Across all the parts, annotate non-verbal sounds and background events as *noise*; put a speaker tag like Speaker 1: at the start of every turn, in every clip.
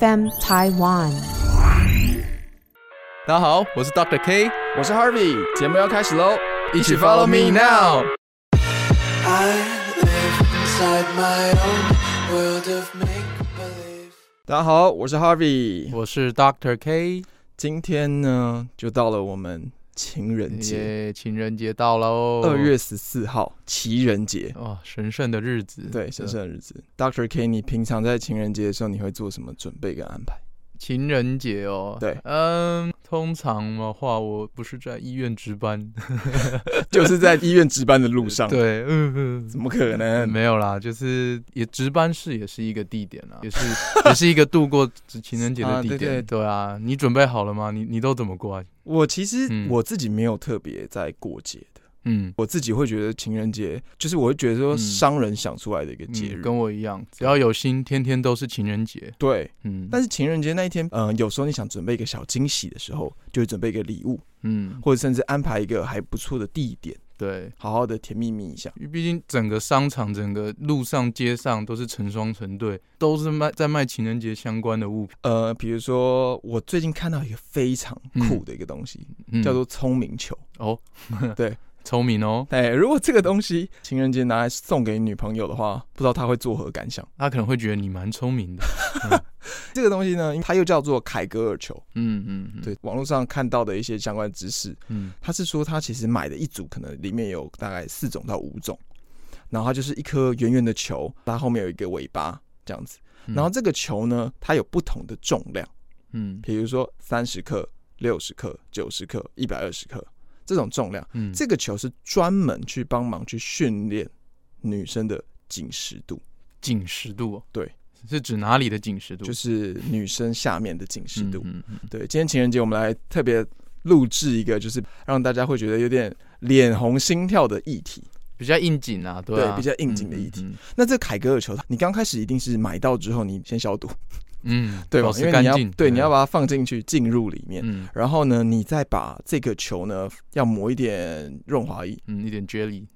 Speaker 1: FM Taiwan。
Speaker 2: 大家好，我是 Dr. K，
Speaker 3: 我是 Harvey，节目要开始喽，一
Speaker 2: 一起 follow me now。
Speaker 4: I live inside my own world of make believe.
Speaker 3: 大家好，我是 Harvey，
Speaker 2: 我是 Dr. K，
Speaker 3: 今天呢嗯就到了我们情人节，
Speaker 2: 耶，情人节到喽，
Speaker 3: 二月十四号情人节，
Speaker 2: 哇，神圣的日子，
Speaker 3: 对，神圣的日子。Doctor K，你平常在情人节的时候，你会做什么准备跟安排？ *laughs*
Speaker 2: 情人节哦，
Speaker 3: 对
Speaker 2: 嗯，通常的话，我不是在医院值班，
Speaker 3: 就是在医院值班的路上，，
Speaker 2: 对，嗯
Speaker 3: 怎么可
Speaker 2: 嗯，
Speaker 3: 能？
Speaker 2: 没有啦，就是也值班室也是一个地点啊，也是 *laughs* 也是一个度过情人节的
Speaker 3: 啊
Speaker 2: 地
Speaker 3: 对
Speaker 2: 点，
Speaker 3: 对
Speaker 2: 对啊，你准备好了吗？你你都怎么过啊？
Speaker 3: 我其实
Speaker 2: 嗯
Speaker 3: 我自己没有特别在过节的，
Speaker 2: 嗯，
Speaker 3: 我自己会觉得情人节就是我会觉得说
Speaker 2: 嗯
Speaker 3: 商人想出来的一个节
Speaker 2: 嗯
Speaker 3: 日，
Speaker 2: 跟我一样，只要有心，天天都是情人节，
Speaker 3: 对。
Speaker 2: 嗯，
Speaker 3: 但是情人节那一天，嗯、有时候你想准备一个小惊喜的时候，就会准备一个礼物，
Speaker 2: 嗯，
Speaker 3: 或者甚至安排一个还不错的地点，
Speaker 2: 对，
Speaker 3: 好好的甜蜜蜜一下。
Speaker 2: 因为毕竟整个商场、整个路上、街上都是成双成对，都是卖在卖情人节相关的物品，
Speaker 3: 呃，比如说我最近看到一个非常酷的一个东西，
Speaker 2: 嗯
Speaker 3: 叫做聪明球。
Speaker 2: 哦，
Speaker 3: 对，
Speaker 2: 聪明哦，
Speaker 3: 哎，如果这个东西情人节拿来送给女朋友的话，不知道她会作何感想。
Speaker 2: 他可能会觉得你蛮聪明的，
Speaker 3: 这个东西呢，它又叫做凯格尔球。
Speaker 2: 嗯嗯，嗯，
Speaker 3: 对，网络上看到的一些相关知识，
Speaker 2: 嗯
Speaker 3: 他是说他其实买的一组，可能里面有大概四种到五种，然后它就是一颗圆圆的球，它后面有一个尾巴这样子，
Speaker 2: 嗯
Speaker 3: 然后这个球呢，它有不同的重量。
Speaker 2: 嗯
Speaker 3: 比如说三十克、六十克、九十克、一百二十克这种重量，
Speaker 2: 嗯，
Speaker 3: 这个球是专门去帮忙去训练女生的紧实度，
Speaker 2: 紧实度、哦，
Speaker 3: 对，
Speaker 2: 是指哪里的紧实度？
Speaker 3: 就是是女生下面的紧实度。
Speaker 2: 嗯嗯嗯
Speaker 3: 对，今天情人节我们来特别录制一个，就是让大家会觉得有点脸红心跳的议题。
Speaker 2: 比较应景啊，对啊，
Speaker 3: 对比较应景的议题
Speaker 2: 嗯，
Speaker 3: 那这个凯格尔球，你刚开始一定是买到之后，你先
Speaker 2: *laughs*
Speaker 3: 消毒，
Speaker 2: 嗯，嗯
Speaker 3: 对吧
Speaker 2: 保？
Speaker 3: 因
Speaker 2: 持
Speaker 3: 为
Speaker 2: 干
Speaker 3: 你要
Speaker 2: 净，
Speaker 3: 对你要把它放进去进入里面。
Speaker 2: 嗯
Speaker 3: 然后呢，你再把这个球呢，要抹一点润滑液，
Speaker 2: 嗯一点 jelly，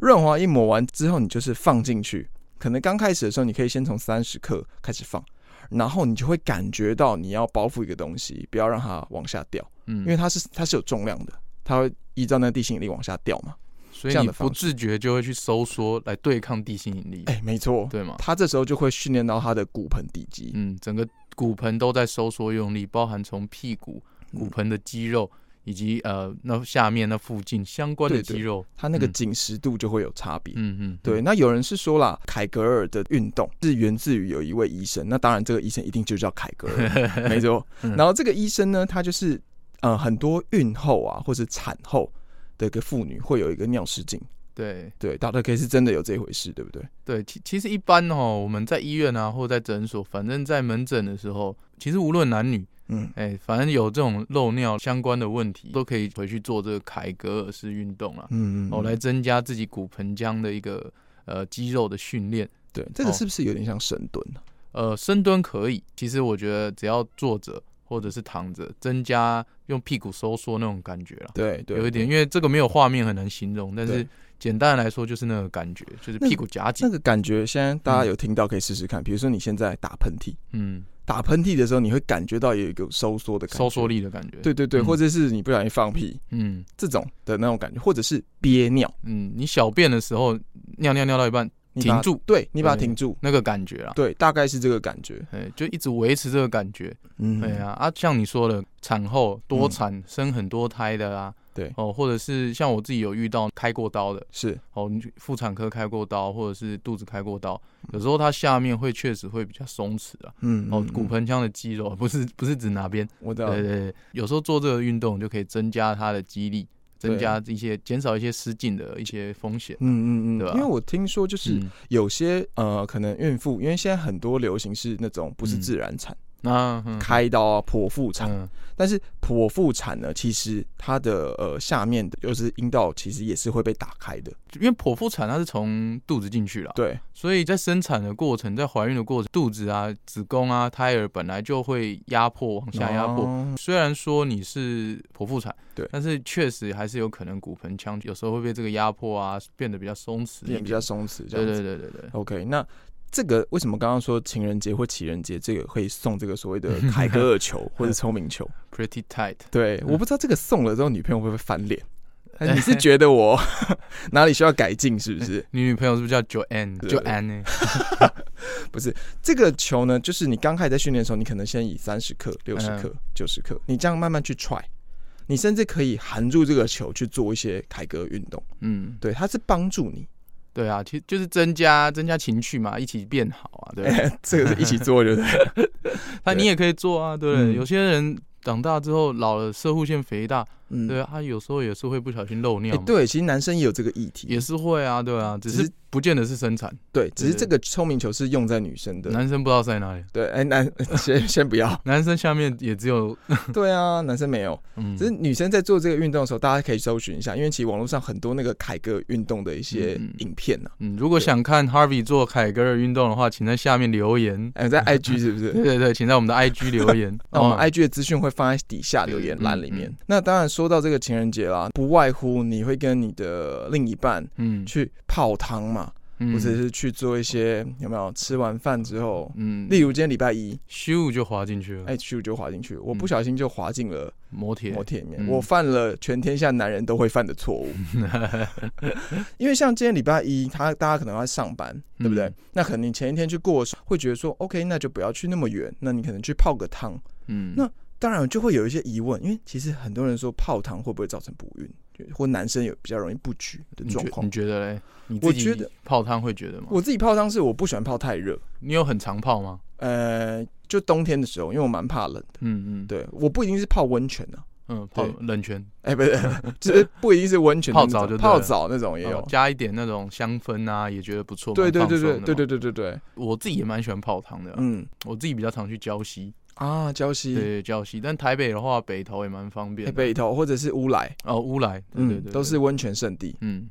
Speaker 3: 润滑一抹完之后，你就是放进去。可能刚开始的时候，你可以先从三十克开始放，然后你就会感觉到你要包覆一个东西，不要让它往下掉，
Speaker 2: 嗯，
Speaker 3: 因为它是它是有重量的，它会依照那个地心引力往下掉嘛。
Speaker 2: 所以
Speaker 3: 这样
Speaker 2: 你
Speaker 3: 的
Speaker 2: 不
Speaker 3: 方式
Speaker 2: 自觉就会去收缩来对抗地心引力，
Speaker 3: 哎、没错，
Speaker 2: 对吗？
Speaker 3: 它这时候就会训练到它的骨盆底肌。
Speaker 2: 嗯，整个骨盆都在收缩用力，包含从屁股、
Speaker 3: 嗯
Speaker 2: 骨盆的肌肉以及呃那下面那附近相关的
Speaker 3: 对对
Speaker 2: 肌肉。
Speaker 3: 它那个
Speaker 2: 嗯
Speaker 3: 紧实度就会有差别。
Speaker 2: 嗯嗯，
Speaker 3: 对，那有人是说啦，凯格尔的运动是源自于有一位医生，那当然这个医生一定就叫凯格
Speaker 2: *laughs*
Speaker 3: 尔，没错。
Speaker 2: 嗯
Speaker 3: 然后这个医生呢，他就是呃很多孕后啊或是产后的一个妇女会有一个尿失禁，
Speaker 2: 对
Speaker 3: 对，大特 K 是真的有这回事，对不对？
Speaker 2: 对，其其实一般哦，我们在医院啊，或者在诊所，反正在门诊的时候，其实无论男女，
Speaker 3: 嗯，
Speaker 2: 哎，反正有这种漏尿相关的问题，都可以回去做这个凯格尔式运动啦，
Speaker 3: 嗯，
Speaker 2: 哦，来增加自己骨盆腔的一个呃肌肉的训练。
Speaker 3: 对，这个是不是有点像深蹲啊？
Speaker 2: 呃，深蹲可以，其实我觉得只要坐着或者是躺着，增加用屁股收缩那种感觉啦，
Speaker 3: 对对，
Speaker 2: 有一点，因为这个没有画面很难形容，但是
Speaker 3: 对
Speaker 2: 简单来说就是那个感觉，就是
Speaker 3: 那
Speaker 2: 屁股夹紧
Speaker 3: 那，个感觉，现在大家有听到可以试试看，比如说你现在打喷嚏，
Speaker 2: 嗯，
Speaker 3: 打喷嚏的时候你会感觉到有一个收缩的感觉，
Speaker 2: 收缩，力的感觉，
Speaker 3: 对，对对，
Speaker 2: 嗯
Speaker 3: 或者是你不小心放屁。
Speaker 2: 嗯
Speaker 3: 这种的那种感觉，或者是憋尿，
Speaker 2: 嗯，你小便的时候尿尿尿到一半
Speaker 3: 你把
Speaker 2: 停
Speaker 3: 它
Speaker 2: 住
Speaker 3: 对你把它
Speaker 2: 对
Speaker 3: 停住，
Speaker 2: 那个感觉啦，
Speaker 3: 对，大概是这个感觉。
Speaker 2: 哎，就一直维持这个感觉，
Speaker 3: 嗯
Speaker 2: 对啊，啊，像你说的，产后多产、生很多胎的啊，
Speaker 3: 对
Speaker 2: 哦，或者是像我自己有遇到开过刀的，
Speaker 3: 是
Speaker 2: 哦，你去妇产科开过刀，或者是肚子开过刀，有时候它下面会确实会比较松弛啊。
Speaker 3: 嗯
Speaker 2: 哦
Speaker 3: 嗯，啊
Speaker 2: 骨盆腔的肌肉不是不是指哪边，
Speaker 3: 我知
Speaker 2: 对
Speaker 3: 道，
Speaker 2: 对对，有时候做这个运动就可以增加它的肌力，增加一些减少一些失禁的一些风险。
Speaker 3: 啊嗯嗯嗯，
Speaker 2: 对吧
Speaker 3: 因为我听说就是
Speaker 2: 嗯
Speaker 3: 有些呃，可能孕妇，因为现在很多流行是那种不是自然产，
Speaker 2: 那嗯
Speaker 3: 开刀啊、剖腹产，
Speaker 2: 嗯
Speaker 3: 但是剖腹产呢，其实它的呃下面的就是阴道，其实也是会被打开的。
Speaker 2: 因为剖腹产它是从肚子进去了，
Speaker 3: 对，
Speaker 2: 所以在生产的过程，在怀孕的过程，肚子啊、子宫啊、胎儿本来就会压迫往下压迫。
Speaker 3: 哦
Speaker 2: 虽然说你是剖腹产，
Speaker 3: 对
Speaker 2: 但是确实还是有可能骨盆腔有时候会被这个压迫啊，变得比较松弛一
Speaker 3: 变
Speaker 2: 点，
Speaker 3: 得比较松弛这
Speaker 2: 对
Speaker 3: 样子。
Speaker 2: 对对对对，
Speaker 3: OK，那这个为什么刚刚说情人节或情人节这个会送这个所
Speaker 2: *laughs*
Speaker 3: 谓的凯格尔球或者聪明球？
Speaker 2: pretty tight。
Speaker 3: 对，我不知道这个送了之后女朋友会不会翻脸。哎你是觉得我 *laughs* 哪里需要改进是不是？ *laughs*
Speaker 2: 你女朋友是不是叫 Joanne？
Speaker 3: 对
Speaker 2: Joanne 呢？
Speaker 3: 这个球呢，就是你刚开始在训练的时候，你可能先以三十克、六十
Speaker 2: 嗯
Speaker 3: 克、九十克，你这样慢慢去 try，你甚至可以含住这个球去做一些凯格尔运动。
Speaker 2: 嗯，
Speaker 3: 对，它是帮助你， *laughs*
Speaker 2: 对啊，其实就是增加增加情趣嘛，一起变好啊，
Speaker 3: *laughs*
Speaker 2: 对不对？
Speaker 3: 这个是一起做
Speaker 2: *laughs*
Speaker 3: 的，对不对？
Speaker 2: 那你也可以做啊，对不对？
Speaker 3: 嗯
Speaker 2: 有些人长大之后老了，射护腺肥大，
Speaker 3: 嗯
Speaker 2: 对啊，他有时候也是会不小心漏尿
Speaker 3: 哎
Speaker 2: 嘛，
Speaker 3: 对，其实男生也有这个议题，
Speaker 2: 也是会啊，对啊，只
Speaker 3: 只
Speaker 2: 是
Speaker 3: 是
Speaker 2: 不见得是生产，
Speaker 3: 对，只是
Speaker 2: 对
Speaker 3: 这个聪明球是用在女生的。
Speaker 2: 男生不知道在哪里，
Speaker 3: 对，哎、男
Speaker 2: *laughs*
Speaker 3: 先先不要。
Speaker 2: 男生下面也只有
Speaker 3: 对啊，男生没有，
Speaker 2: 嗯，
Speaker 3: 只是女生在做这个运动的时候，大家可以搜寻一下，因为其实网络上很多那个凯格尔运动的一些
Speaker 2: 嗯嗯
Speaker 3: 影片啊呢、
Speaker 2: 嗯，如果想看 Harvey 做凯格尔运动的话，请在下面留言。
Speaker 3: 哎、在 IG 是不是？
Speaker 2: 对对 *laughs* 对，请在我们的 IG 留
Speaker 3: *laughs*
Speaker 2: 言。
Speaker 3: 那我们
Speaker 2: 哦
Speaker 3: IG 的资讯会放在底下留言栏里面。
Speaker 2: 嗯嗯
Speaker 3: 那当然，说到这个情人节啦，不外乎你会跟你的另一半
Speaker 2: 嗯，
Speaker 3: 去泡汤嘛，
Speaker 2: 嗯
Speaker 3: 或者是去做一些有没有？吃完饭之后，
Speaker 2: 嗯，
Speaker 3: 例如今天礼拜一，
Speaker 2: 咻就滑进去了，
Speaker 3: 哎，咻就滑进去，我
Speaker 2: 嗯
Speaker 3: 不小心就滑进了
Speaker 2: 摩铁
Speaker 3: 摩，铁里面，
Speaker 2: 嗯
Speaker 3: 我犯了全天下男人都会犯的错
Speaker 2: *laughs*
Speaker 3: 误。因为像今天礼拜一，他大家可能要上班，对不对？
Speaker 2: 嗯
Speaker 3: 那可能你前一天去过，会觉得说，OK，那就不要去那么远，那你可能去泡个汤。
Speaker 2: 嗯，
Speaker 3: 那当然就会有一些疑问，因为其实很多人说泡汤会不会造成不孕，就或男生有比较容易不举的
Speaker 2: 你
Speaker 3: 状
Speaker 2: 觉
Speaker 3: 况
Speaker 2: 你。觉得嘞？你
Speaker 3: 我
Speaker 2: 自己
Speaker 3: 觉得
Speaker 2: 泡汤会觉得吗？
Speaker 3: 我自己泡汤是我不喜欢泡太热，
Speaker 2: 你有很常泡吗？
Speaker 3: 呃，就冬天的时候，因为我蛮怕冷的。
Speaker 2: 嗯嗯，，
Speaker 3: 对，我不一定是泡温泉啊，
Speaker 2: 嗯，泡
Speaker 3: 对
Speaker 2: 冷泉，
Speaker 3: 哎、不是， *laughs* 就是不一定是温泉
Speaker 2: 泡
Speaker 3: 那
Speaker 2: 澡
Speaker 3: 种
Speaker 2: 就对了
Speaker 3: 泡澡那种也有
Speaker 2: 哦。加一点那种香氛啊，也觉得不错。
Speaker 3: 对
Speaker 2: 蛮
Speaker 3: 对
Speaker 2: 放
Speaker 3: 对对
Speaker 2: 松的
Speaker 3: 对
Speaker 2: 嘛，啊
Speaker 3: 对对对对，
Speaker 2: 我自己也蛮喜欢泡汤的啊。
Speaker 3: 嗯
Speaker 2: 我自己比较常去礁溪，
Speaker 3: 啊，礁溪、
Speaker 2: 对礁溪，但台北的话，北投也蛮方便
Speaker 3: 哎
Speaker 2: 的。
Speaker 3: 北投或者是乌来，
Speaker 2: 哦，乌来，对对
Speaker 3: 嗯，
Speaker 2: 对，
Speaker 3: 都是
Speaker 2: 对
Speaker 3: 温泉圣地。
Speaker 2: 嗯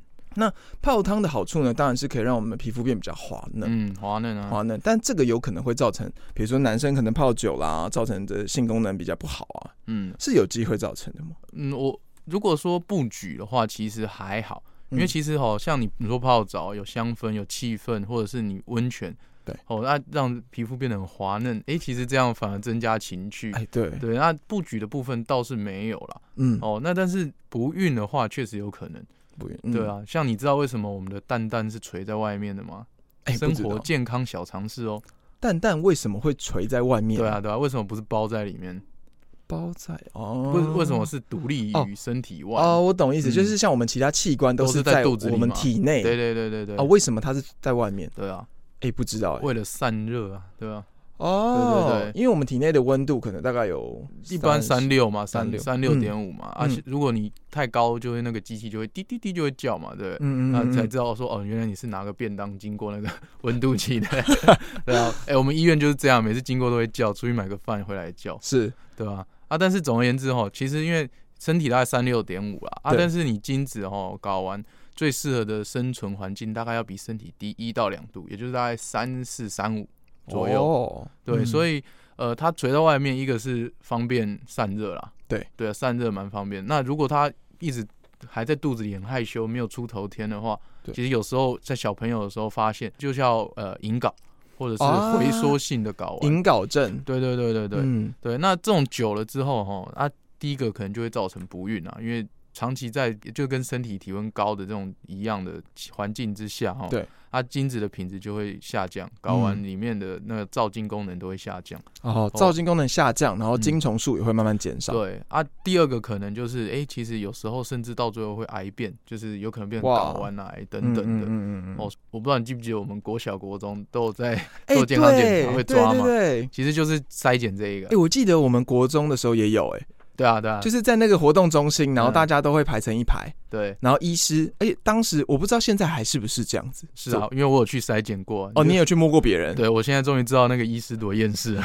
Speaker 3: 泡汤的好处呢，当然是可以让我们皮肤变比较滑嫩。
Speaker 2: 嗯华嫩啊，
Speaker 3: 滑嫩，但这个有可能会造成，比如说男生可能泡久啦，造成的性功能比较不好啊，
Speaker 2: 嗯
Speaker 3: 是有机会造成的吗？
Speaker 2: 嗯，我如果说布局的话，其实还好。因为
Speaker 3: 嗯
Speaker 2: 其实哦，像你你说泡澡有香氛、有气氛，或者是你温泉，
Speaker 3: 对
Speaker 2: 哦，那让皮肤变得很滑嫩，诶，其实这样反而增加情趣。
Speaker 3: 哎，对，
Speaker 2: 嗯对，那布局的部分倒是没有啦。
Speaker 3: 嗯，
Speaker 2: 哦，那但是不孕的话，确实有可能。
Speaker 3: 不嗯孕，
Speaker 2: 对啊，像你知道为什么我们的蛋蛋是垂在外面的吗？
Speaker 3: 嗯，哎，
Speaker 2: 生
Speaker 3: 不知
Speaker 2: 活
Speaker 3: 道，
Speaker 2: 健康小常识哦。
Speaker 3: 蛋蛋为什么会垂在外面？
Speaker 2: 对啊，，对啊，为什么不是包在里面？
Speaker 3: 包在哦，
Speaker 2: 为、为什么？是独立
Speaker 3: 哦
Speaker 2: 于身体外？
Speaker 3: 哦，我懂意思，
Speaker 2: 嗯
Speaker 3: 就是像我们其他器官
Speaker 2: 都
Speaker 3: 是
Speaker 2: 是在
Speaker 3: 在
Speaker 2: 肚子里
Speaker 3: 我们
Speaker 2: 嘛
Speaker 3: 体内，
Speaker 2: 对对对对对。
Speaker 3: 啊，为什么它是在外面？
Speaker 2: 对啊，
Speaker 3: 哎，不知道，哎，
Speaker 2: 为了散热啊，对啊，
Speaker 3: 哦，
Speaker 2: 对对对
Speaker 3: 因为我们体内的温度可能大概有
Speaker 2: 一般三
Speaker 3: 六，嗯
Speaker 2: 六嘛，三
Speaker 3: 36
Speaker 2: 三六点五嘛，而且如果你太高，就会那个机器就会滴滴滴就会叫嘛，对不对？
Speaker 3: 嗯嗯
Speaker 2: 那
Speaker 3: 嗯，
Speaker 2: 才知道说哦，原来你是拿个便当经过那个 *laughs* 温度计
Speaker 3: *laughs*
Speaker 2: 的，对啊，哎、我们医院就是这样，每次经过都会叫，出去买个饭回来叫，
Speaker 3: 是
Speaker 2: 对吧、啊？但是总而言之哈，其实因为身体大概三六点五啦，啊，
Speaker 3: 对
Speaker 2: 但是你精子哈睾丸最适合的生存环境大概要比身体低一到两度，也就是大概三四三五左右，
Speaker 3: 右，
Speaker 2: 对，
Speaker 3: 嗯
Speaker 2: 所以呃，它垂到外面，一个是方便散热啦，
Speaker 3: 对
Speaker 2: 对啊，散热蛮方便。那如果它一直还在肚子里很害羞，没有出头天的话，
Speaker 3: 对
Speaker 2: 其实有时候在小朋友的时候发现，就叫呃引睾或者
Speaker 3: 啊
Speaker 2: 是回缩性的睾丸。
Speaker 3: 引睾症，
Speaker 2: 对对对对对、
Speaker 3: 嗯
Speaker 2: 对，那这种久了之后哈，那、第一个可能就会造成不孕啊，因为长期在就跟身体体温高的这种一样的环境之下哈，
Speaker 3: 对，
Speaker 2: 它精子的品质就会下降，睾丸
Speaker 3: 嗯
Speaker 2: 里面的那个造精功能都会下降。
Speaker 3: 哦，
Speaker 2: 哦
Speaker 3: 造精功能下降，然后
Speaker 2: 嗯
Speaker 3: 精虫数也会慢慢减少。，
Speaker 2: 对啊，第二个可能就是，哎、其实有时候甚至到最后会癌变，就是有可能变成
Speaker 3: 哇
Speaker 2: 睾丸癌等
Speaker 3: 嗯
Speaker 2: 等的。
Speaker 3: 嗯嗯嗯嗯。
Speaker 2: 哦，我不知道你记不记得，我们国小、国中都有在 *laughs*
Speaker 3: 哎
Speaker 2: 做健康检查
Speaker 3: 对
Speaker 2: 会抓
Speaker 3: 对
Speaker 2: 嘛
Speaker 3: 对对。
Speaker 2: 其实就是筛检这一个。啊
Speaker 3: 哎，我记得我们国中的时候也有，哎，
Speaker 2: 对啊，对啊，
Speaker 3: 就是在那个活动中心，然后
Speaker 2: 嗯
Speaker 3: 大家都会排成一排，
Speaker 2: 对，
Speaker 3: 然后医师，而且当时我不知道现在还是不是这样子，
Speaker 2: 是啊，因为我有去筛检过。啊
Speaker 3: 哦，你
Speaker 2: 就
Speaker 3: 有去摸过别人？
Speaker 2: 对我现在终于知道那个医师多厌世了。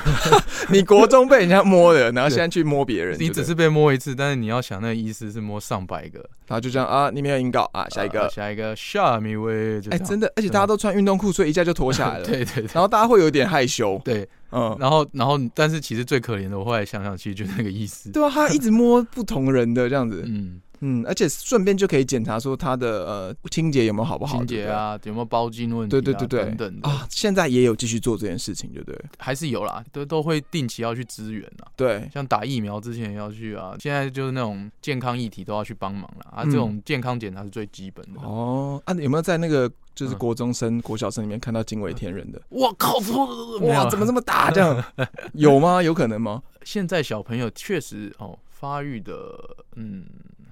Speaker 3: 你国中被人家摸的，然后现在去摸别人，
Speaker 2: 你
Speaker 3: 对不对
Speaker 2: 只是被摸一次，但是你要想，那个医师是摸上百个。
Speaker 3: 然后就这样啊，你没有引稿啊，下一
Speaker 2: 呃
Speaker 3: 个，
Speaker 2: 下一个，下一位，就这
Speaker 3: 哎，
Speaker 2: 样啊
Speaker 3: 真的，而且大家都穿运动裤，所以一下就脱下来
Speaker 2: *laughs*
Speaker 3: 了，
Speaker 2: 对对对
Speaker 3: 然后大家会有点害羞，
Speaker 2: *laughs* 对。
Speaker 3: 嗯，
Speaker 2: 然后，然后，但是其实最可怜的，我后来想想，其实就是那个医师。
Speaker 3: 对啊，他一直摸不同人的这样子，
Speaker 2: 嗯，
Speaker 3: 嗯，而且顺便就可以检查说他的呃清洁有没有好不好，
Speaker 2: 清洁啊，有没有包茎问题、
Speaker 3: 对
Speaker 2: 啊？
Speaker 3: 不对，对对对
Speaker 2: 等
Speaker 3: 对
Speaker 2: 等，的
Speaker 3: 啊，现在也有继续做这件事情，对不对？
Speaker 2: 还是有啦，都都会定期要去支援啦。
Speaker 3: 对，
Speaker 2: 像打疫苗之前也要去啊，现在就是那种健康议题都要去帮忙啦。啊，
Speaker 3: 嗯
Speaker 2: 这种健康检查是最基本的。
Speaker 3: 哦，啊，有没有在那个就是
Speaker 2: 嗯
Speaker 3: 国中生、国小生里面看到惊为天人的？
Speaker 2: 我靠，错没有
Speaker 3: 哇，
Speaker 2: 啊
Speaker 3: 怎么这么大？
Speaker 2: *laughs*
Speaker 3: 这样有吗？有可能吗？
Speaker 2: 现在小朋友确实哦，发育的嗯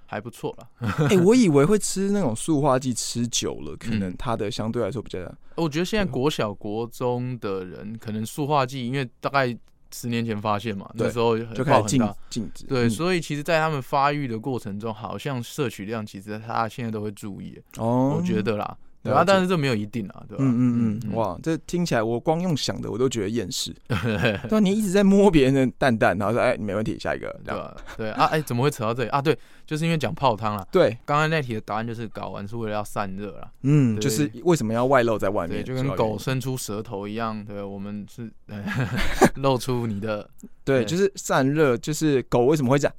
Speaker 2: 还不错啦。
Speaker 3: 哎、我以为会吃那种塑化剂吃久了，可能
Speaker 2: 嗯
Speaker 3: 它的相对来说比较……
Speaker 2: 我觉得
Speaker 3: 啊
Speaker 2: 现在国小国中的人，可能塑化剂，因为大概十年前发现嘛，
Speaker 3: 对
Speaker 2: 那时候很
Speaker 3: 就开
Speaker 2: 爆
Speaker 3: 始
Speaker 2: 很
Speaker 3: 禁
Speaker 2: 大。
Speaker 3: 禁止。
Speaker 2: 对，
Speaker 3: 嗯
Speaker 2: 所以其实，在他们发育的过程中，好像摄取量，其实他现在都会注意，
Speaker 3: 哦
Speaker 2: 我觉，得啦。对
Speaker 3: 了
Speaker 2: 啊，
Speaker 3: 解
Speaker 2: 但是这没有一定啊，对吧？
Speaker 3: 嗯嗯嗯，哇，这听起来我光用想的我都觉得厌
Speaker 2: *laughs*
Speaker 3: 世。
Speaker 2: 嗯，
Speaker 3: 对啊，你一直在摸别人的蛋蛋，然后说：“哎、你没问题，下一个。”这
Speaker 2: 对
Speaker 3: 样
Speaker 2: 啊，对啊，哎，怎么会扯到这里啊？对，就是因为讲泡汤啦。
Speaker 3: 对，
Speaker 2: 刚刚那题的答案就是睾丸是为了要散热啦，
Speaker 3: 嗯，
Speaker 2: 对
Speaker 3: 就是为什么要外露在外
Speaker 2: 对，
Speaker 3: 面？
Speaker 2: 就跟
Speaker 3: 主要原因
Speaker 2: 狗伸出舌头一样，对，我们是 *laughs* 露出你
Speaker 3: *laughs*
Speaker 2: 的
Speaker 3: 对，
Speaker 2: 对
Speaker 3: 就是散热，就是狗为什么会这样，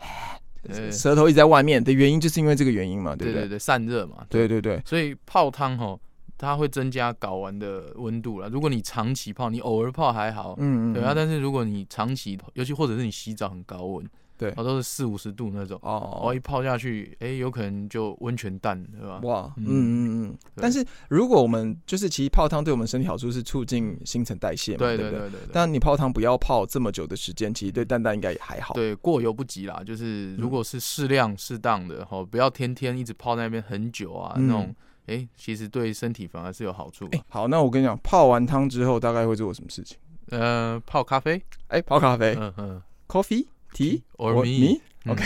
Speaker 2: 对
Speaker 3: 舌头一直在外面的原因，就是因为这个原因嘛，对
Speaker 2: 呃对
Speaker 3: 不
Speaker 2: 对
Speaker 3: 对？
Speaker 2: 对散热嘛，
Speaker 3: 对对对，
Speaker 2: 所以泡汤吼，它会增加睾丸的温度啦。如果你长期泡，你偶尔泡还好，
Speaker 3: 嗯嗯，
Speaker 2: 对啊，
Speaker 3: 嗯
Speaker 2: 但是如果你长期，尤其或者是你洗澡很高温，
Speaker 3: 对
Speaker 2: 哦都是四五十度那种，哦
Speaker 3: 哦
Speaker 2: 一泡下去，哎，有可能就温泉蛋，对吧？
Speaker 3: 哇，嗯
Speaker 2: 嗯
Speaker 3: 嗯嗯，但是如果我们就是其实泡汤对我们身体好处是促进新陈代谢嘛，
Speaker 2: 对
Speaker 3: 对
Speaker 2: 对
Speaker 3: 不
Speaker 2: 对对对。
Speaker 3: 但你泡汤不要泡这么久的时间，其实对蛋蛋应该也还好。，嗯
Speaker 2: 对，过犹不及啦。就是如果是适量、适当的哈，不要天天一直泡在那边很久啊，
Speaker 3: 嗯
Speaker 2: 那种哎、诶其实对身体反而是有好处的。
Speaker 3: 好，那我跟你讲，泡完汤之后大概会做什么事情？
Speaker 2: 呃，泡咖啡，
Speaker 3: 哎，泡咖啡
Speaker 2: 嗯嗯，
Speaker 3: ，coffee tea
Speaker 2: or
Speaker 3: or
Speaker 2: me 嗯
Speaker 3: me？OK，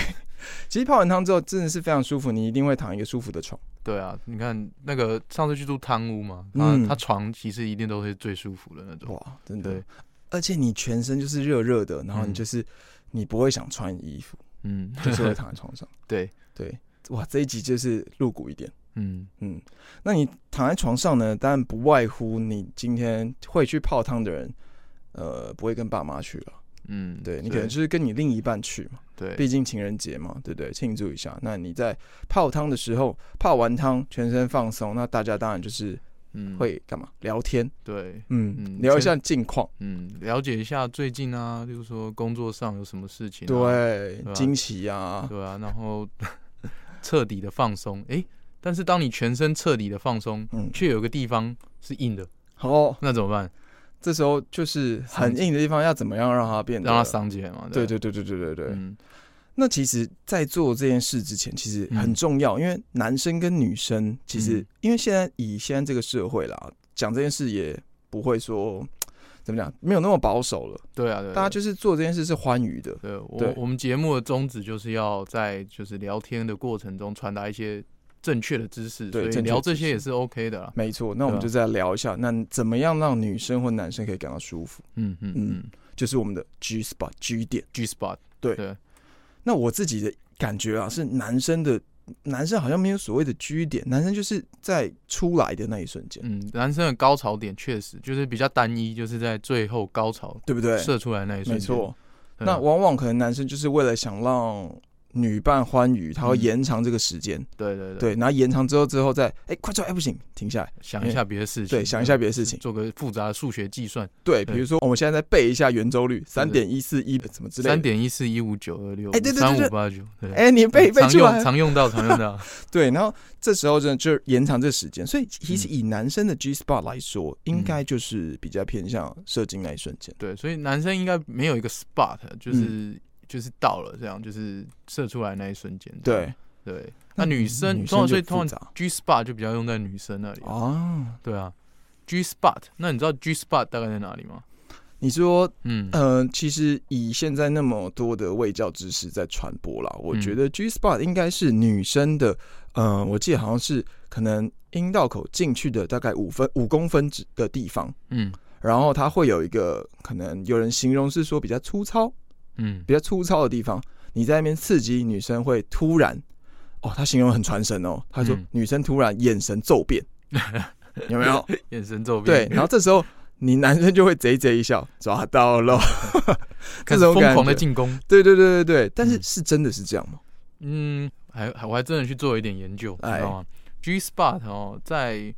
Speaker 3: 其实泡完汤之后真的是非常舒服，你一定会躺一个舒服的床。
Speaker 2: 对啊，你看那个上次去住汤屋嘛，他、
Speaker 3: 嗯
Speaker 2: 他床其实一定都是最舒服的那种。
Speaker 3: 哇，真的
Speaker 2: 对，，
Speaker 3: 而且你全身就是热热的，然后你
Speaker 2: 嗯
Speaker 3: 就是、你不会想穿
Speaker 2: *laughs*
Speaker 3: 衣服，
Speaker 2: 嗯，
Speaker 3: *laughs* 就是会躺在床上。
Speaker 2: 对，
Speaker 3: 对，哇，这一集就是露骨一点。
Speaker 2: 嗯，
Speaker 3: 嗯，那你躺在床上呢？当然不外乎你今天会去泡汤的人，呃，不会跟爸妈去了，
Speaker 2: 嗯，
Speaker 3: 对你
Speaker 2: 所
Speaker 3: 可能
Speaker 2: 以
Speaker 3: 就是跟你另一半去嘛，
Speaker 2: 对
Speaker 3: 毕竟情人节嘛，对不对？庆祝一下。那你在泡汤的时候，泡完汤全身放松，那大家当然就是
Speaker 2: 嗯
Speaker 3: 会干嘛？聊天，
Speaker 2: 对
Speaker 3: 嗯，
Speaker 2: 嗯
Speaker 3: 聊一
Speaker 2: 先
Speaker 3: 下近况，
Speaker 2: 嗯了解一下最近啊，就是说工作上有什么事情、啊，
Speaker 3: 对，
Speaker 2: 对啊
Speaker 3: 惊奇啊，
Speaker 2: 对啊，然后 *laughs* 彻底的放松。诶，但是当你全身彻底的放松，
Speaker 3: 嗯，
Speaker 2: 却有个地方是硬的，
Speaker 3: 好。
Speaker 2: 那怎么办？
Speaker 3: 这时候就是很硬的地方，要怎么样让它变得
Speaker 2: 让它？伤起来嘛。
Speaker 3: 对
Speaker 2: 对
Speaker 3: 对对对对对对。
Speaker 2: 嗯
Speaker 3: 那其实，在做这件事之前，其实很重要，因为男生跟女生其实，
Speaker 2: 嗯
Speaker 3: 因为现在以现在这个社会啦，讲这件事也不会说怎么讲，没有那么保守了。
Speaker 2: 对啊，对啊，
Speaker 3: 大家就是做这件事是欢愉的，
Speaker 2: 对我
Speaker 3: 对
Speaker 2: 我们节目的宗旨就是要在就是聊天的过程中传达一些正确的知识，
Speaker 3: 对
Speaker 2: 所以
Speaker 3: 正确的
Speaker 2: 聊这
Speaker 3: 知识
Speaker 2: 些也是 OK 的啦。
Speaker 3: 没错。那我们
Speaker 2: 对啊
Speaker 3: 就再聊一下，那怎么样让女生或男生可以感到舒服，
Speaker 2: 嗯嗯
Speaker 3: 嗯
Speaker 2: 嗯
Speaker 3: 就是我们的 G spot G 点。
Speaker 2: ，G spot，
Speaker 3: 对
Speaker 2: 对，
Speaker 3: 那我自己的感觉啊，是男生的，男生好像没有所谓的 G 点，男生就是在出来的那一瞬间，
Speaker 2: 嗯，男生的高潮点确实就是比较单一，就是在最后高潮
Speaker 3: 对不对？
Speaker 2: 射出来那一瞬间。
Speaker 3: 没错。
Speaker 2: 嗯，
Speaker 3: 那往往可能男生就是为了想让女伴欢愉，他会
Speaker 2: 嗯
Speaker 3: 延长这个时间，
Speaker 2: 对对对，
Speaker 3: 对，然后延长之后之后再，哎、快出来，哎、不行，停下来，
Speaker 2: 想一下别的事情，
Speaker 3: 对，想一下别的事情，
Speaker 2: 做个复杂的数学计算，
Speaker 3: 对，
Speaker 2: 对
Speaker 3: 比如说我们现在再背一下圆周率，三点一四一什么之类的，
Speaker 2: 三，点一四一五九二六，
Speaker 3: 哎对对
Speaker 2: 三
Speaker 3: 对
Speaker 2: 五八九，对，
Speaker 3: 哎、你背
Speaker 2: 嗯
Speaker 3: 背
Speaker 2: 常
Speaker 3: 出
Speaker 2: 用
Speaker 3: 来，
Speaker 2: 常用到常用
Speaker 3: *laughs*
Speaker 2: 到，
Speaker 3: 对，然后这时候真的就延长这个时间，所以其
Speaker 2: 嗯
Speaker 3: 实以男生的 G spot 来说，应该就是比较偏向射精那一瞬间，
Speaker 2: 对，所以男生应该没有一个 spot，就是、
Speaker 3: 嗯
Speaker 2: 就是到了这样，就是射出来那一瞬间，
Speaker 3: 对，
Speaker 2: 对。那
Speaker 3: 那
Speaker 2: 女生
Speaker 3: 女
Speaker 2: 通常
Speaker 3: 生
Speaker 2: 所以
Speaker 3: 就
Speaker 2: 通
Speaker 3: 复
Speaker 2: 常
Speaker 3: 杂
Speaker 2: G spot 就比较用在女生那里，啊
Speaker 3: 哦。
Speaker 2: 对啊，G spot。那你知道 G spot 大概在哪里吗？
Speaker 3: 你说，
Speaker 2: 嗯
Speaker 3: 呃，其实以现在那么多的卫教知识在传播啦，我
Speaker 2: 嗯
Speaker 3: 觉得 G spot 应该是女生的，呃，我记得好像是可能阴道口进去的大概五分五公分之的地方，
Speaker 2: 嗯
Speaker 3: 然后它会有一个可能有人形容是说比较粗糙、
Speaker 2: 嗯
Speaker 3: 比较粗糙的地方，你在那边刺激女生会突然，哦，他形容很传神哦，他说
Speaker 2: 嗯
Speaker 3: 女生突然眼神骤
Speaker 2: *laughs*
Speaker 3: 变，有没有？
Speaker 2: 眼神骤
Speaker 3: 对
Speaker 2: 变，，
Speaker 3: 然后这时候你男生就会贼贼一笑，抓到了，
Speaker 2: 嗯开
Speaker 3: *laughs* 这
Speaker 2: 始
Speaker 3: 种
Speaker 2: 疯
Speaker 3: 感
Speaker 2: 狂的
Speaker 3: 觉。
Speaker 2: 进攻。
Speaker 3: 对对对对对，但是
Speaker 2: 嗯
Speaker 3: 是真的是这样吗？
Speaker 2: 嗯，还还我还真的去做一点研究，你
Speaker 3: 哎
Speaker 2: 知道吗？G spot 哦，在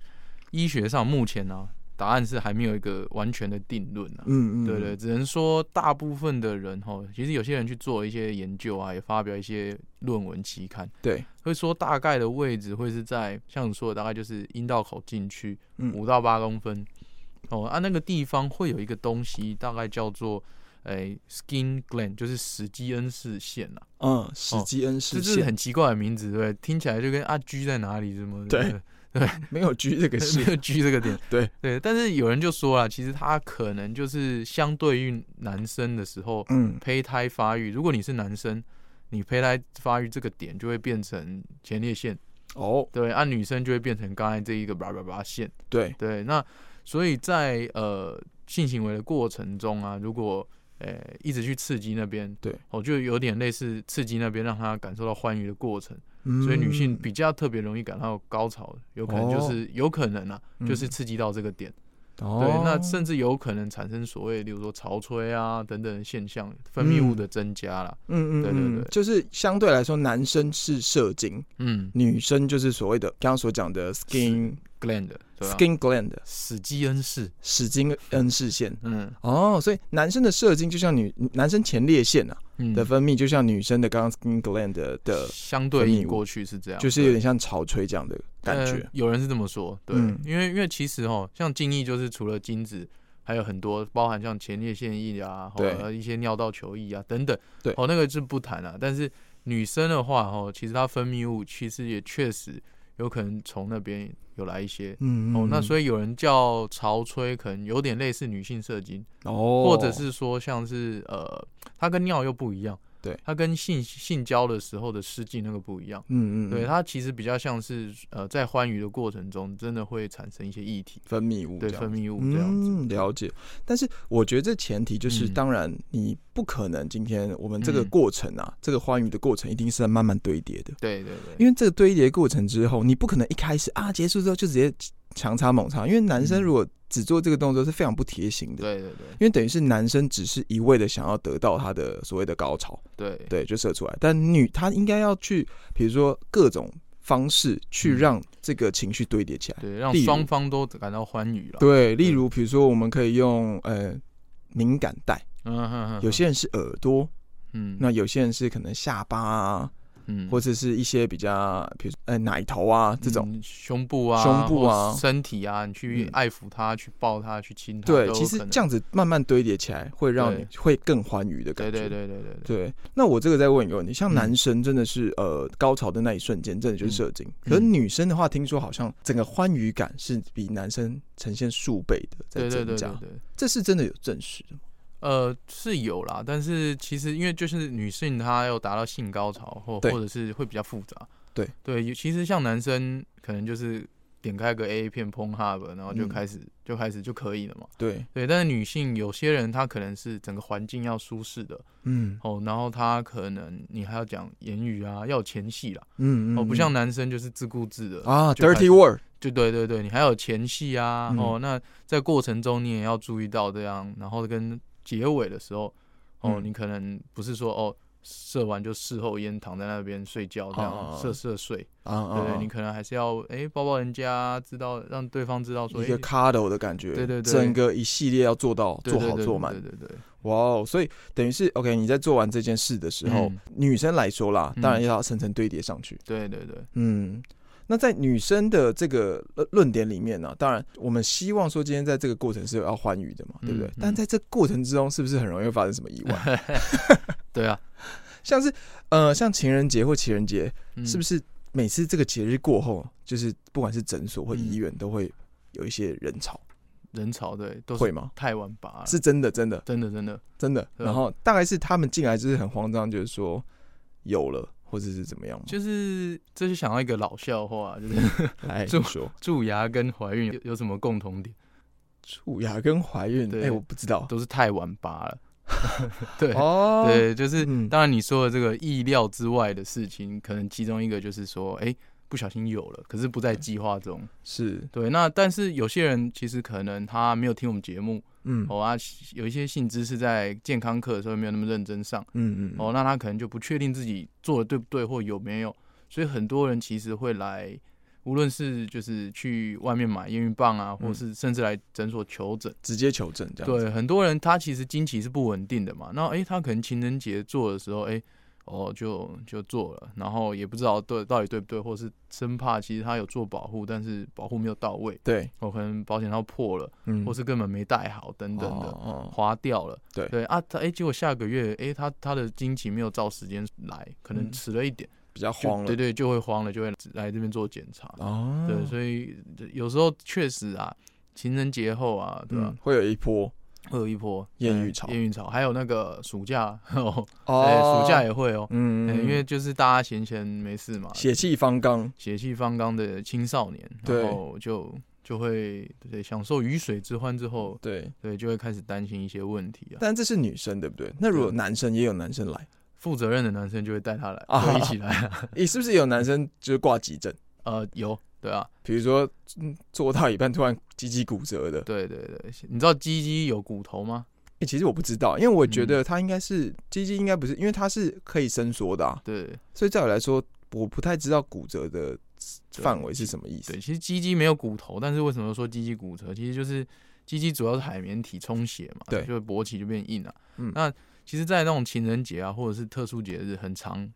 Speaker 2: 医学上目前呢、答案是还没有一个完全的定论啊。
Speaker 3: 嗯嗯，
Speaker 2: 对对，只能说大部分的人哈，其实有些人去做一些研究啊，也发表一些论文期刊，
Speaker 3: 对，
Speaker 2: 会说大概的位置会是在像你说的，大概就是阴道口进去
Speaker 3: 嗯
Speaker 2: 五到八公分。哦，啊，那个地方会有一个东西，大概叫做诶、skin gland，就是史基恩氏腺啊。
Speaker 3: 嗯，史基恩
Speaker 2: 这
Speaker 3: 视
Speaker 2: 是
Speaker 3: 线
Speaker 2: 很奇怪的名字，对不对，听起来就跟啊 G 在哪里什么的，
Speaker 3: 对没有 G
Speaker 2: *laughs*
Speaker 3: 这个
Speaker 2: 没有
Speaker 3: 线，
Speaker 2: G 这个点，
Speaker 3: 对
Speaker 2: 对。但是有人就说啊，其实它可能就是相对于男生的时候，
Speaker 3: 嗯
Speaker 2: 胚胎发育，如果你是男生，你胚胎发育这个点就会变成前列腺，
Speaker 3: 哦
Speaker 2: 对，按、女生就会变成刚才这一个叭叭叭线，
Speaker 3: 对，
Speaker 2: 对。那所以在呃性行为的过程中啊，如果呃一直去刺激那边，
Speaker 3: 对，
Speaker 2: 哦，就有点类似刺激那边，让他感受到欢愉的过程。
Speaker 3: 嗯
Speaker 2: 所以女性比较特别容易感到高潮，有可能就是、有可能啊，就是刺激到这个点，对，
Speaker 3: 嗯哦
Speaker 2: 那甚至有可能产生所谓，例如说潮吹啊等等的现象，分泌物的增加啦，
Speaker 3: 嗯嗯
Speaker 2: 对对
Speaker 3: 嗯
Speaker 2: 对
Speaker 3: 就是相对来说，男生是射精，
Speaker 2: 嗯
Speaker 3: 女生就是所谓的刚刚所讲的 skin
Speaker 2: ，gland 对啊吧？
Speaker 3: skin gland
Speaker 2: 史基恩氏，
Speaker 3: 史经恩视线。
Speaker 2: 嗯
Speaker 3: 哦，所以男生的射精就像女男生前列腺啊
Speaker 2: 嗯
Speaker 3: 的分泌，就像女生的刚刚 skin gland 的的，
Speaker 2: 相对
Speaker 3: 分泌
Speaker 2: 应
Speaker 3: 物
Speaker 2: 过去是这样，
Speaker 3: 就是
Speaker 2: 对
Speaker 3: 有点像潮吹这样的感觉
Speaker 2: 呃。有人是这么说，对，
Speaker 3: 嗯
Speaker 2: 因为因为其实哦，像精液就是除了精子，还有很多包含像前列腺液啊，
Speaker 3: 对
Speaker 2: 哦、一些尿道球液啊等等，
Speaker 3: 对
Speaker 2: 哦，那个是不谈啊。但是女生的话哦，其实它分泌物其实也确实有可能从那边有来一些。
Speaker 3: 嗯
Speaker 2: 哦，那所
Speaker 3: 以
Speaker 2: 以有人叫潮吹，可能有点类似女性射精，
Speaker 3: 哦，
Speaker 2: 或者是说像是呃，它跟尿又不一样，
Speaker 3: 对
Speaker 2: 它跟性性交的时候的失禁那个不一样。
Speaker 3: 嗯嗯，嗯
Speaker 2: 对，它其实比较像是呃，在欢愉的过程中，真的会产生一些液体，
Speaker 3: 分泌物
Speaker 2: 对
Speaker 3: 这样
Speaker 2: 分泌物这样子。
Speaker 3: 嗯，了解。但是我觉得这前提就是，
Speaker 2: 嗯
Speaker 3: 当然你不可能今天我们这个
Speaker 2: 嗯
Speaker 3: 过程啊，这个欢愉的过程一定是在慢慢堆叠的，
Speaker 2: 对对对，
Speaker 3: 因为这个堆叠过程之后，你不可能一开始啊结束之后就直接强插猛插，因为男生
Speaker 2: 嗯
Speaker 3: 如果只做这个动作是非常不贴心的。
Speaker 2: 对对对
Speaker 3: 因为等于是男生只是一味的想要得到他的所谓的高潮，
Speaker 2: 对
Speaker 3: 对，就射出来。但女她应该要去，比如说各种方式去
Speaker 2: 嗯
Speaker 3: 让这个情绪堆叠起来。
Speaker 2: 对，让
Speaker 3: 例如
Speaker 2: 双方都感到欢愉了。，
Speaker 3: 对，例如比如说我们可以用呃敏感带，
Speaker 2: 嗯哼哼，
Speaker 3: 有些人是耳朵，
Speaker 2: 嗯
Speaker 3: 那有些人是可能下巴啊，
Speaker 2: 嗯
Speaker 3: 或者是一些比较，比如呃奶头啊这种。
Speaker 2: 嗯胸部啊、
Speaker 3: 胸部啊
Speaker 2: 或身体啊，你去
Speaker 3: 嗯
Speaker 2: 爱抚它、去抱它、去亲它，
Speaker 3: 对，
Speaker 2: 都有
Speaker 3: 其实
Speaker 2: 可能
Speaker 3: 这样子慢慢堆叠起来，会让你
Speaker 2: 对
Speaker 3: 会更欢愉的感
Speaker 2: 对
Speaker 3: 觉。
Speaker 2: 对对对对对，
Speaker 3: 对，那我这个再问一个问题，像
Speaker 2: 嗯
Speaker 3: 男生真的是、呃高潮的那一瞬间，真的就是射精，可是
Speaker 2: 嗯
Speaker 3: 女生的话，听说好像整个欢愉感是比男生呈现数倍的在
Speaker 2: 对对
Speaker 3: 增
Speaker 2: 对
Speaker 3: 加，
Speaker 2: 对对。
Speaker 3: 这是真的有证实的吗？
Speaker 2: 呃，是有啦，但是其实因为就是女性她要达到性高潮或
Speaker 3: 对
Speaker 2: 或者是会比较复杂，
Speaker 3: 对
Speaker 2: 对，有其实像男生可能就是点开个 A 片 p o n h u b 然后就
Speaker 3: 嗯
Speaker 2: 开始、就开始就可以了嘛，
Speaker 3: 对，
Speaker 2: 对，但是女性有些人她可能是整个环境要舒适的
Speaker 3: 嗯
Speaker 2: 哦，然后她可能你还要讲言语啊，要有前戏啦，
Speaker 3: 嗯嗯，
Speaker 2: 哦，不
Speaker 3: 嗯
Speaker 2: 像男生就是自顾自的
Speaker 3: 啊
Speaker 2: 就开始
Speaker 3: ，dirty word，
Speaker 2: 就对对对，你还有前戏啊，
Speaker 3: 嗯
Speaker 2: 哦，那在过程中你也要注意到这样，然后跟结尾的时候，哦，
Speaker 3: 嗯
Speaker 2: 你可能不是说哦射完就事后烟躺在那边睡觉这样、
Speaker 3: 哦
Speaker 2: 射射睡，
Speaker 3: 啊啊，
Speaker 2: 对
Speaker 3: 啊
Speaker 2: 对，你可能还是要哎抱抱人家，知道让对方知道说
Speaker 3: 一个
Speaker 2: 诶
Speaker 3: cuddle 的感觉，
Speaker 2: 对对对
Speaker 3: 整个一系列要做到
Speaker 2: 对
Speaker 3: 做
Speaker 2: 对
Speaker 3: 好
Speaker 2: 对
Speaker 3: 做满
Speaker 2: 对，对对，
Speaker 3: 哇哦！所以等于是 OK，你在做完这件事的时候
Speaker 2: 嗯，
Speaker 3: 女生来说啦，
Speaker 2: 嗯
Speaker 3: 当然要层层堆叠上去，
Speaker 2: 对对对，
Speaker 3: 嗯。那在女生的这个论论点里面呢、当然我们希望说今天在这个过程是要欢愉的嘛，对不对？
Speaker 2: 嗯嗯啊
Speaker 3: 但在这过程之中，是不是很容易会发生什么意外？
Speaker 2: 对啊，
Speaker 3: 像是呃，像情人节或情人节，
Speaker 2: 嗯
Speaker 3: *laughs* 是不是每次这个节日过后，就是不管是诊所或医
Speaker 2: 嗯
Speaker 3: 院，都会有一些人潮？
Speaker 2: 人潮对，都
Speaker 3: 会
Speaker 2: 是啊
Speaker 3: 吗？
Speaker 2: 太晚拔了，
Speaker 3: 是哦真的，真的，
Speaker 2: 真的真的，
Speaker 3: 真的。
Speaker 2: 对啊
Speaker 3: 然后大概是他们进来就是很慌张，就是说有了，或者是怎么样吗？
Speaker 2: 就是这是想要一个老笑话，就是 *laughs*
Speaker 3: 来
Speaker 2: 就
Speaker 3: 哎说
Speaker 2: 蛀牙跟怀孕有有什么共同点？
Speaker 3: 蛀牙跟怀孕，
Speaker 2: 对
Speaker 3: 哎，我不知道。
Speaker 2: 都是太晚拔
Speaker 3: *laughs*
Speaker 2: 了。对，
Speaker 3: 哦，
Speaker 2: 对，就是、
Speaker 3: 嗯
Speaker 2: 当然你说的这个意料之外的事情，可能其中一个就是说，哎、不小心有了，可是不在计划
Speaker 3: 嗯
Speaker 2: 中。
Speaker 3: 是，
Speaker 2: 对，那但是有些人其实可能他没有听我们节目，
Speaker 3: 嗯，
Speaker 2: 哦啊，有一些性知识在健康课的时候没有那么认真上，
Speaker 3: 嗯嗯，
Speaker 2: 哦，那他可能就不确定自己做的对不对或有没有，所以很多人其实会来，无论是就是去外面买验孕棒啊，或
Speaker 3: 嗯
Speaker 2: 是甚至来诊所求诊。
Speaker 3: 直接求证这样子。
Speaker 2: 对，很多人他其实经期是不稳定的嘛，那诶，他可能情人节做的时候，诶，哦就就做了，然后也不知道对到底对不对，或是生怕其实他有做保护，但是保护没有到位，
Speaker 3: 对，
Speaker 2: 哦可能保险套破了，
Speaker 3: 嗯，
Speaker 2: 或是根本没戴好等等的。
Speaker 3: 哦，哦
Speaker 2: 花掉了，
Speaker 3: 对
Speaker 2: 对啊，他诶，结果下个月诶，他他的经期没有照时间来，可能
Speaker 3: 嗯
Speaker 2: 迟了一点，
Speaker 3: 比较
Speaker 2: 就
Speaker 3: 慌了
Speaker 2: 对。对，就会慌了，就会来这边做检查。
Speaker 3: 哦，
Speaker 2: 对，所以有时候确实啊，情人节后啊，对吧、
Speaker 3: 嗯，会有一波
Speaker 2: 会有一波
Speaker 3: 艳
Speaker 2: 对
Speaker 3: 遇潮
Speaker 2: 艳遇潮，还有那个暑假 *laughs* 哦，哎，暑假也会哦，
Speaker 3: 嗯，
Speaker 2: 哎因为就是大家闲闲没事嘛，
Speaker 3: 血气方刚，
Speaker 2: 血气方刚的青少年，
Speaker 3: 对
Speaker 2: 然后就就会对享受鱼水之欢之后，
Speaker 3: 对，
Speaker 2: 对，就会开始担心一些问题啊。
Speaker 3: 但这是女生对不对？那如果男生也有男生来，
Speaker 2: 负责任的男生就会带他来，
Speaker 3: 啊
Speaker 2: 就一起来啊，
Speaker 3: 也是不是有男生就是挂急诊？
Speaker 2: 呃，有。对啊，
Speaker 3: 比如说嗯做到一半突然鸡鸡骨折的，
Speaker 2: 对对对，你知道鸡鸡有骨头吗？
Speaker 3: 欸其实我不知道，因为我
Speaker 2: 嗯
Speaker 3: 觉得它应该是鸡鸡应该不是，因为它是可以伸缩的啊，
Speaker 2: 对
Speaker 3: 所以在我来说，我不太知道骨折的范围是什么意思
Speaker 2: 对，。其实鸡鸡没有骨头，但是为什么说鸡鸡骨折？其实就是鸡鸡主要是海绵体充血嘛，
Speaker 3: 对
Speaker 2: 就是勃起就变硬了、啊
Speaker 3: 嗯
Speaker 2: 那其实，在那种情人节啊，或者是特殊节日，很长，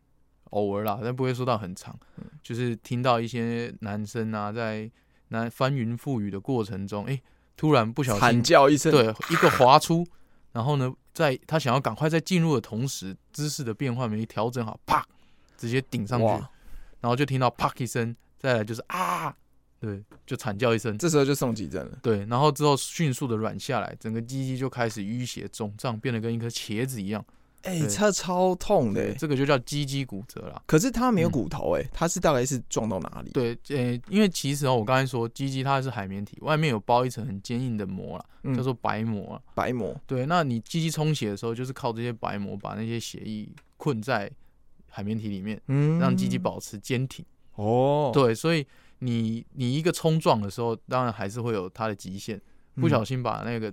Speaker 2: 偶尔啦，但不会说到很长，
Speaker 3: 嗯
Speaker 2: 就是听到一些男生啊，在那翻云覆雨的过程中，哎、突然不小
Speaker 3: 惨
Speaker 2: 心，
Speaker 3: 叫一声，
Speaker 2: 对，一个滑出，然后呢，在他想要赶快在进入的同时，姿势的变换没调整好，啪，直接顶上去，
Speaker 3: 哇，
Speaker 2: 然后就听到啪一声，再来就是啊，对，就惨叫一声，
Speaker 3: 这时候就送急诊了。
Speaker 2: 对，然后之后迅速的软下来，整个鸡鸡就开始淤血肿胀，变得跟一颗茄子一样，
Speaker 3: 哎、
Speaker 2: 对
Speaker 3: 这超痛的、欸，
Speaker 2: 这个就叫鸡鸡骨折啦。
Speaker 3: 可是它没有
Speaker 2: 嗯
Speaker 3: 骨头、欸，哎、它是大概是撞到哪里？
Speaker 2: 对，呃，因为其实哦，我刚才说鸡鸡它是海绵体，外面有包一层很坚硬的膜啦，
Speaker 3: 嗯，
Speaker 2: 叫做白膜啊啦。
Speaker 3: 白膜。
Speaker 2: 对，那你鸡鸡充血的时候，就是靠这些白膜把那些血液困在海绵体里面，
Speaker 3: 嗯
Speaker 2: 让鸡鸡保持坚挺。
Speaker 3: 哦，，
Speaker 2: 对，所以你你一个冲撞的时候，当然还是会有它的极限，不小，心把那个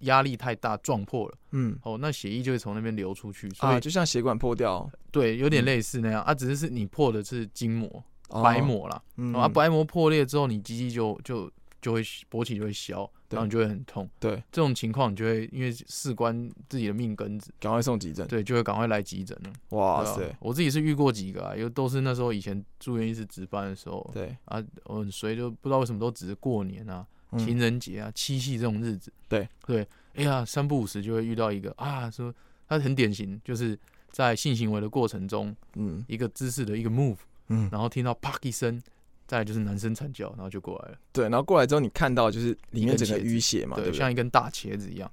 Speaker 2: 压力太大撞破了，
Speaker 3: 嗯
Speaker 2: 哦，那血液就会从那边流出去，所以、
Speaker 3: 啊，就像血管破掉，
Speaker 2: 对，有点
Speaker 3: 嗯
Speaker 2: 类似那样、啊，只是是你破的是筋膜、
Speaker 3: 哦
Speaker 2: 白，膜啦，
Speaker 3: 嗯
Speaker 2: 哦啊，白膜破裂之后，你鸡鸡就就就会勃起就会消，
Speaker 3: 对
Speaker 2: 然后你就会很痛，
Speaker 3: 对，
Speaker 2: 这种情况你就会因为事关自己的命根子，
Speaker 3: 赶快送急诊。
Speaker 2: 对，就会赶快来急诊了。
Speaker 3: 哇
Speaker 2: 对啊
Speaker 3: 塞，
Speaker 2: 我自己是遇过几个啊，因为都是那时候以前住院医师值班的时候，
Speaker 3: 对，
Speaker 2: 啊，我很随就不知道为什么都只是过年啊、
Speaker 3: 嗯
Speaker 2: 情人节啊、七夕这种日子。
Speaker 3: 对
Speaker 2: 对，哎呀，三不五时就会遇到一个啊，说他很典型，就是在性行为的过程中，
Speaker 3: 嗯
Speaker 2: 一个姿势的一个 move，
Speaker 3: 嗯，
Speaker 2: 然后听到啪一声，再来就是男生惨叫，然后就过来了，
Speaker 3: 对，然后过来之后，你看到就是里面整个
Speaker 2: 一根茄子
Speaker 3: 淤血嘛，对不对？
Speaker 2: 像一根大茄子一样。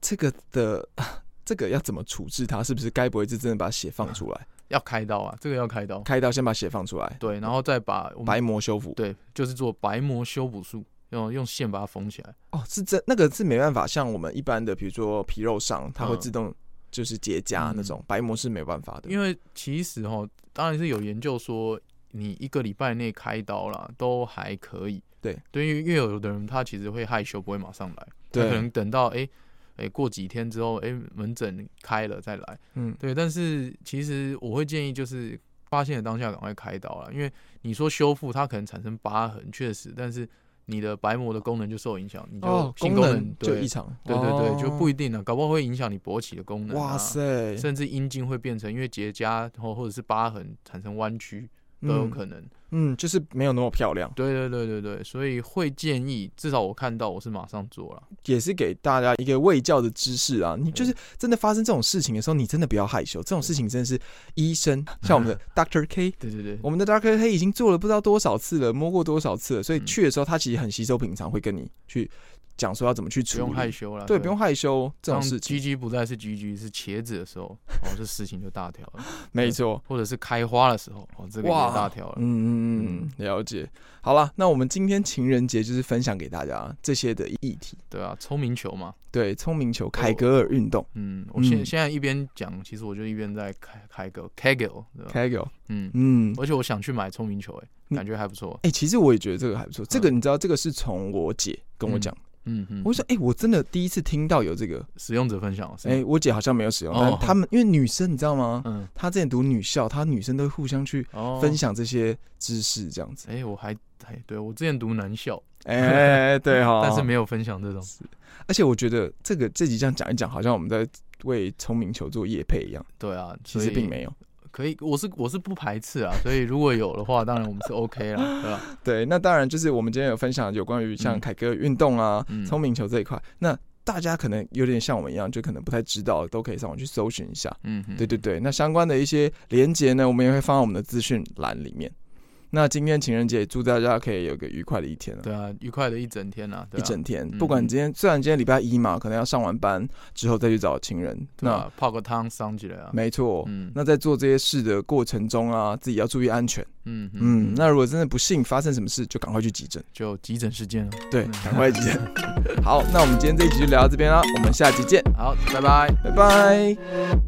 Speaker 3: 这个的 *laughs* 这个要怎么处置它？是不是该不会是真的把血放出来，
Speaker 2: 要开刀啊，这个要开
Speaker 3: *laughs*
Speaker 2: 刀，
Speaker 3: 开刀先把血放出来，
Speaker 2: 对，然后再把我们
Speaker 3: 白膜修复？
Speaker 2: 对，就是做白膜修补术，用用线把它缝起来，
Speaker 3: 哦，是真那个是没办法，像我们一般的，比如说皮肉伤，它会
Speaker 2: 嗯
Speaker 3: 自动就是结痂那种，白膜是没有办法的。
Speaker 2: 因为其实哈，当然是有研究说，你一个礼拜内开刀啦，都还可以。
Speaker 3: 对，
Speaker 2: 对，因为因为有的人他其实会害羞，不会马上来，他
Speaker 3: 对
Speaker 2: 可能等到哎哎、诶过几天之后，哎、门诊开了再来。
Speaker 3: 嗯，
Speaker 2: 对，但是其实我会建议就是发现的当下赶快开刀啦，因为你说修复它可能产生疤痕，确实，但是你的白膜的功能就受影响，你就
Speaker 3: 哦，
Speaker 2: 性
Speaker 3: 功
Speaker 2: 能
Speaker 3: 能就
Speaker 2: 对
Speaker 3: 异常，
Speaker 2: 对对对，
Speaker 3: 哦
Speaker 2: 就不一定了，搞不好会影响你勃起的功能、啊。
Speaker 3: 哇塞，
Speaker 2: 甚至阴茎会变成因为结痂或或者是疤痕产生弯曲都有可能。
Speaker 3: 嗯，嗯，就是没有那么漂亮，
Speaker 2: 对对对对对，所以会建议，至少我看到我是马上做了。
Speaker 3: 也是给大家一个卫教的知识啊。你就是真的发生这种事情的时候，你真的不要害羞，这种事情真的是医生，像我们
Speaker 2: *laughs*
Speaker 3: 的 Doctor K。
Speaker 2: 对对对，
Speaker 3: 我们的 Doctor K 已经做了不知道多少次了，摸过多少次了，所以
Speaker 2: 嗯
Speaker 3: 去的时候他其实很稀松平常，会跟你去讲说要怎么去处
Speaker 2: 不
Speaker 3: 理，
Speaker 2: 用害羞了，
Speaker 3: 对，不用害羞这种
Speaker 2: 当
Speaker 3: 事情，
Speaker 2: 鸡鸡不在是鸡鸡，是茄子的时候，哦，这事情就大条了； *laughs*
Speaker 3: 没错。
Speaker 2: 或者是开花的时候，哦，这个也
Speaker 3: 哇
Speaker 2: 大条了。
Speaker 3: 嗯嗯嗯，了解。好了，那我们今天情人节就是分享给大家这些的议题。
Speaker 2: 对啊，聪明球嘛，
Speaker 3: 对，聪明球、凯格尔运动、
Speaker 2: 嗯，我现
Speaker 3: 嗯
Speaker 2: 现在一边讲，其实我就一边在开开个 Kaggle，对吧
Speaker 3: k e g l
Speaker 2: 嗯，
Speaker 3: 嗯，
Speaker 2: 而且我想去买聪明球，哎，
Speaker 3: 你
Speaker 2: 感觉还不错。
Speaker 3: 哎、其实我也觉得这个还不错。这个你知道，这个是从我姐跟我讲，
Speaker 2: 嗯嗯，
Speaker 3: 我说，哎、我真的第一次听到有这个。
Speaker 2: 使用者分享，是
Speaker 3: 哎、我姐好像没有使用，
Speaker 2: 哦
Speaker 3: 但他们因为女生你知道吗？
Speaker 2: 嗯，
Speaker 3: 她之前读女校，她女生都会互相去
Speaker 2: 哦，
Speaker 3: 分。享这些知识，
Speaker 2: *laughs*
Speaker 3: 这样子。
Speaker 2: 哎，我还还对我之前读男校，
Speaker 3: 哎、对哈，
Speaker 2: 但是没有分享这种。
Speaker 3: 而且我觉得这个这集这样讲一讲，好像我们在为聪明球做业配一样，
Speaker 2: 对啊，
Speaker 3: 其
Speaker 2: 所
Speaker 3: 实
Speaker 2: 以
Speaker 3: 并没有。
Speaker 2: 可以，我是我是不排斥啊，所以如果有的话，当然我们是 OK
Speaker 3: *laughs*
Speaker 2: 啦，对吧？
Speaker 3: 对，那当然就是我们今天有分享有关于像
Speaker 2: 嗯
Speaker 3: 凯哥运动啊、
Speaker 2: 嗯
Speaker 3: 聪、明球这一块，那大家可能有点像我们一样，就可能不太知道，都可以上网去搜寻一下。
Speaker 2: 嗯，嗯
Speaker 3: 对对对，那相关的一些连接呢，我们也会放到我们的资讯栏里面。那今天情人节，祝大家可以有个愉快的一天啊！
Speaker 2: 对啊，愉快的一整天啊，对
Speaker 3: 一
Speaker 2: 啊
Speaker 3: 整天，
Speaker 2: 嗯
Speaker 3: 不管今天，虽然今天礼拜一嘛，可能要上完班之后再去找情人。
Speaker 2: 对
Speaker 3: 那
Speaker 2: 啊，泡个汤桑起来啊，
Speaker 3: 没错，
Speaker 2: 嗯
Speaker 3: 那在做这些事的过程中啊，自己要注意安全。
Speaker 2: 嗯
Speaker 3: 嗯，那如果真的不幸发生什么事，就赶快去急诊。
Speaker 2: 就急诊时间了，
Speaker 3: 对，赶快急诊。好，那我们今天这一集就聊到这边啦，我们下集见，
Speaker 2: 好，拜拜。
Speaker 3: 拜拜。